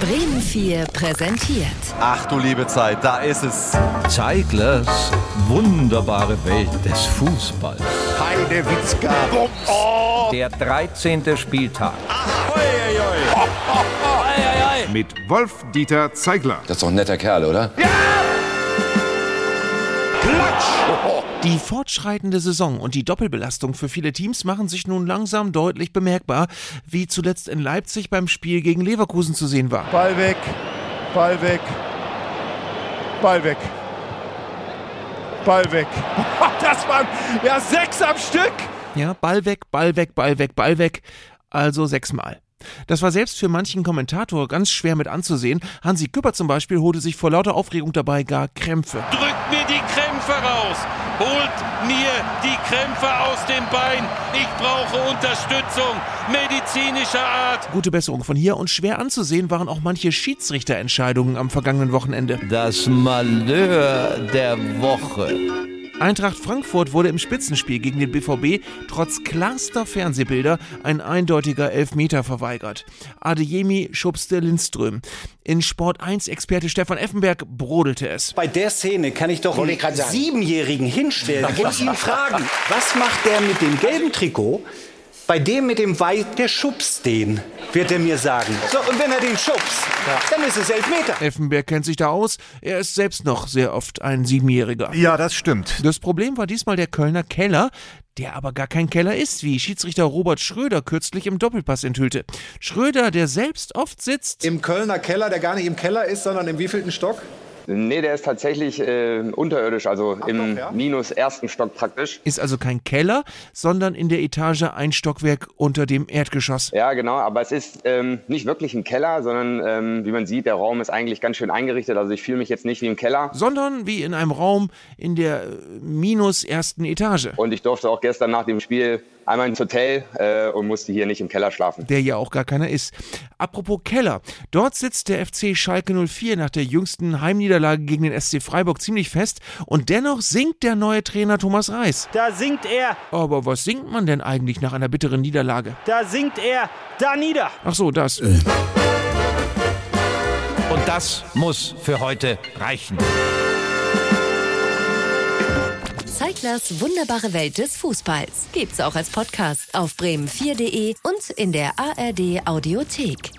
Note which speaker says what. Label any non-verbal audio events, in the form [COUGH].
Speaker 1: Bremen 4 präsentiert.
Speaker 2: Ach du liebe Zeit, da ist es.
Speaker 3: Zeiglers wunderbare Welt des Fußballs.
Speaker 4: Heidewitzka.
Speaker 3: Der 13. Spieltag
Speaker 5: mit Wolf-Dieter Zeigler.
Speaker 6: Das ist doch ein netter Kerl, oder?
Speaker 7: Die fortschreitende Saison und die Doppelbelastung für viele Teams machen sich nun langsam deutlich bemerkbar, wie zuletzt in Leipzig beim Spiel gegen Leverkusen zu sehen war.
Speaker 4: Ball weg, Ball weg, Ball weg, Ball weg. [LAUGHS] Das waren ja sechs am Stück.
Speaker 7: Ja, Ball weg, Ball weg, Ball weg, Ball weg. Also sechsmal. Das war selbst für manchen Kommentator ganz schwer mit anzusehen. Hansi Küpper zum Beispiel holte sich vor lauter Aufregung dabei gar Krämpfe.
Speaker 8: drückt mir die Krämpfe raus. Holt mir die Krämpfe aus dem Bein. Ich brauche Unterstützung medizinischer Art.
Speaker 7: Gute Besserung von hier und schwer anzusehen waren auch manche Schiedsrichterentscheidungen am vergangenen Wochenende.
Speaker 3: das Malheur der Woche.
Speaker 7: Eintracht Frankfurt wurde im Spitzenspiel gegen den BVB trotz klarster Fernsehbilder ein eindeutiger Elfmeter verweigert. Adeyemi schubste Lindström. In Sport 1-Experte Stefan Effenberg brodelte es.
Speaker 9: Bei der Szene kann ich doch einen
Speaker 4: gerade sagen.
Speaker 9: Siebenjährigen hinstellen und ihn fragen, was macht der mit dem gelben Trikot? Bei dem mit dem Weiß, der schubst den, wird er mir sagen. So, und wenn er den schubst, dann ist es Elfmeter.
Speaker 7: Effenberg kennt sich da aus, er ist selbst noch sehr oft ein Siebenjähriger.
Speaker 5: Ja, das stimmt.
Speaker 7: Das Problem war diesmal der Kölner Keller, der aber gar kein Keller ist, wie Schiedsrichter Robert Schröder kürzlich im Doppelpass enthüllte. Schröder, der selbst oft sitzt
Speaker 10: Im Kölner Keller, der gar nicht im Keller ist, sondern im wievielten Stock?
Speaker 11: Nee, der ist tatsächlich äh, unterirdisch, also im
Speaker 10: doch, ja?
Speaker 11: minus ersten Stock praktisch.
Speaker 7: ist also kein Keller, sondern in der Etage ein Stockwerk unter dem Erdgeschoss.
Speaker 11: Ja, genau, aber es ist ähm, nicht wirklich ein Keller, sondern ähm, wie man sieht, der Raum ist eigentlich ganz schön eingerichtet. Also ich fühle mich jetzt nicht wie im Keller.
Speaker 7: Sondern wie in einem Raum in der äh, minus ersten Etage,
Speaker 11: Und ich durfte auch gestern nach dem Spiel einmal ins Hotel äh, und musste hier nicht im Keller schlafen.
Speaker 7: der ja auch gar keiner ist. Apropos Keller, dort sitzt der FC Schalke 04 nach der jüngsten Heimniederlage gegen den SC Freiburg ziemlich fest und dennoch singt der neue Trainer Thomas Reis.
Speaker 9: Da sinkt er,
Speaker 7: Aber was singt man denn eigentlich nach einer bitteren Niederlage?
Speaker 9: da sinkt er, da nieder.
Speaker 7: Ach so, das.
Speaker 3: Und das muss für heute reichen.
Speaker 1: Zeiglers wunderbare Welt des Fußballs. Gibt's auch als Podcast auf bremen4.de und in der ARD Audiothek.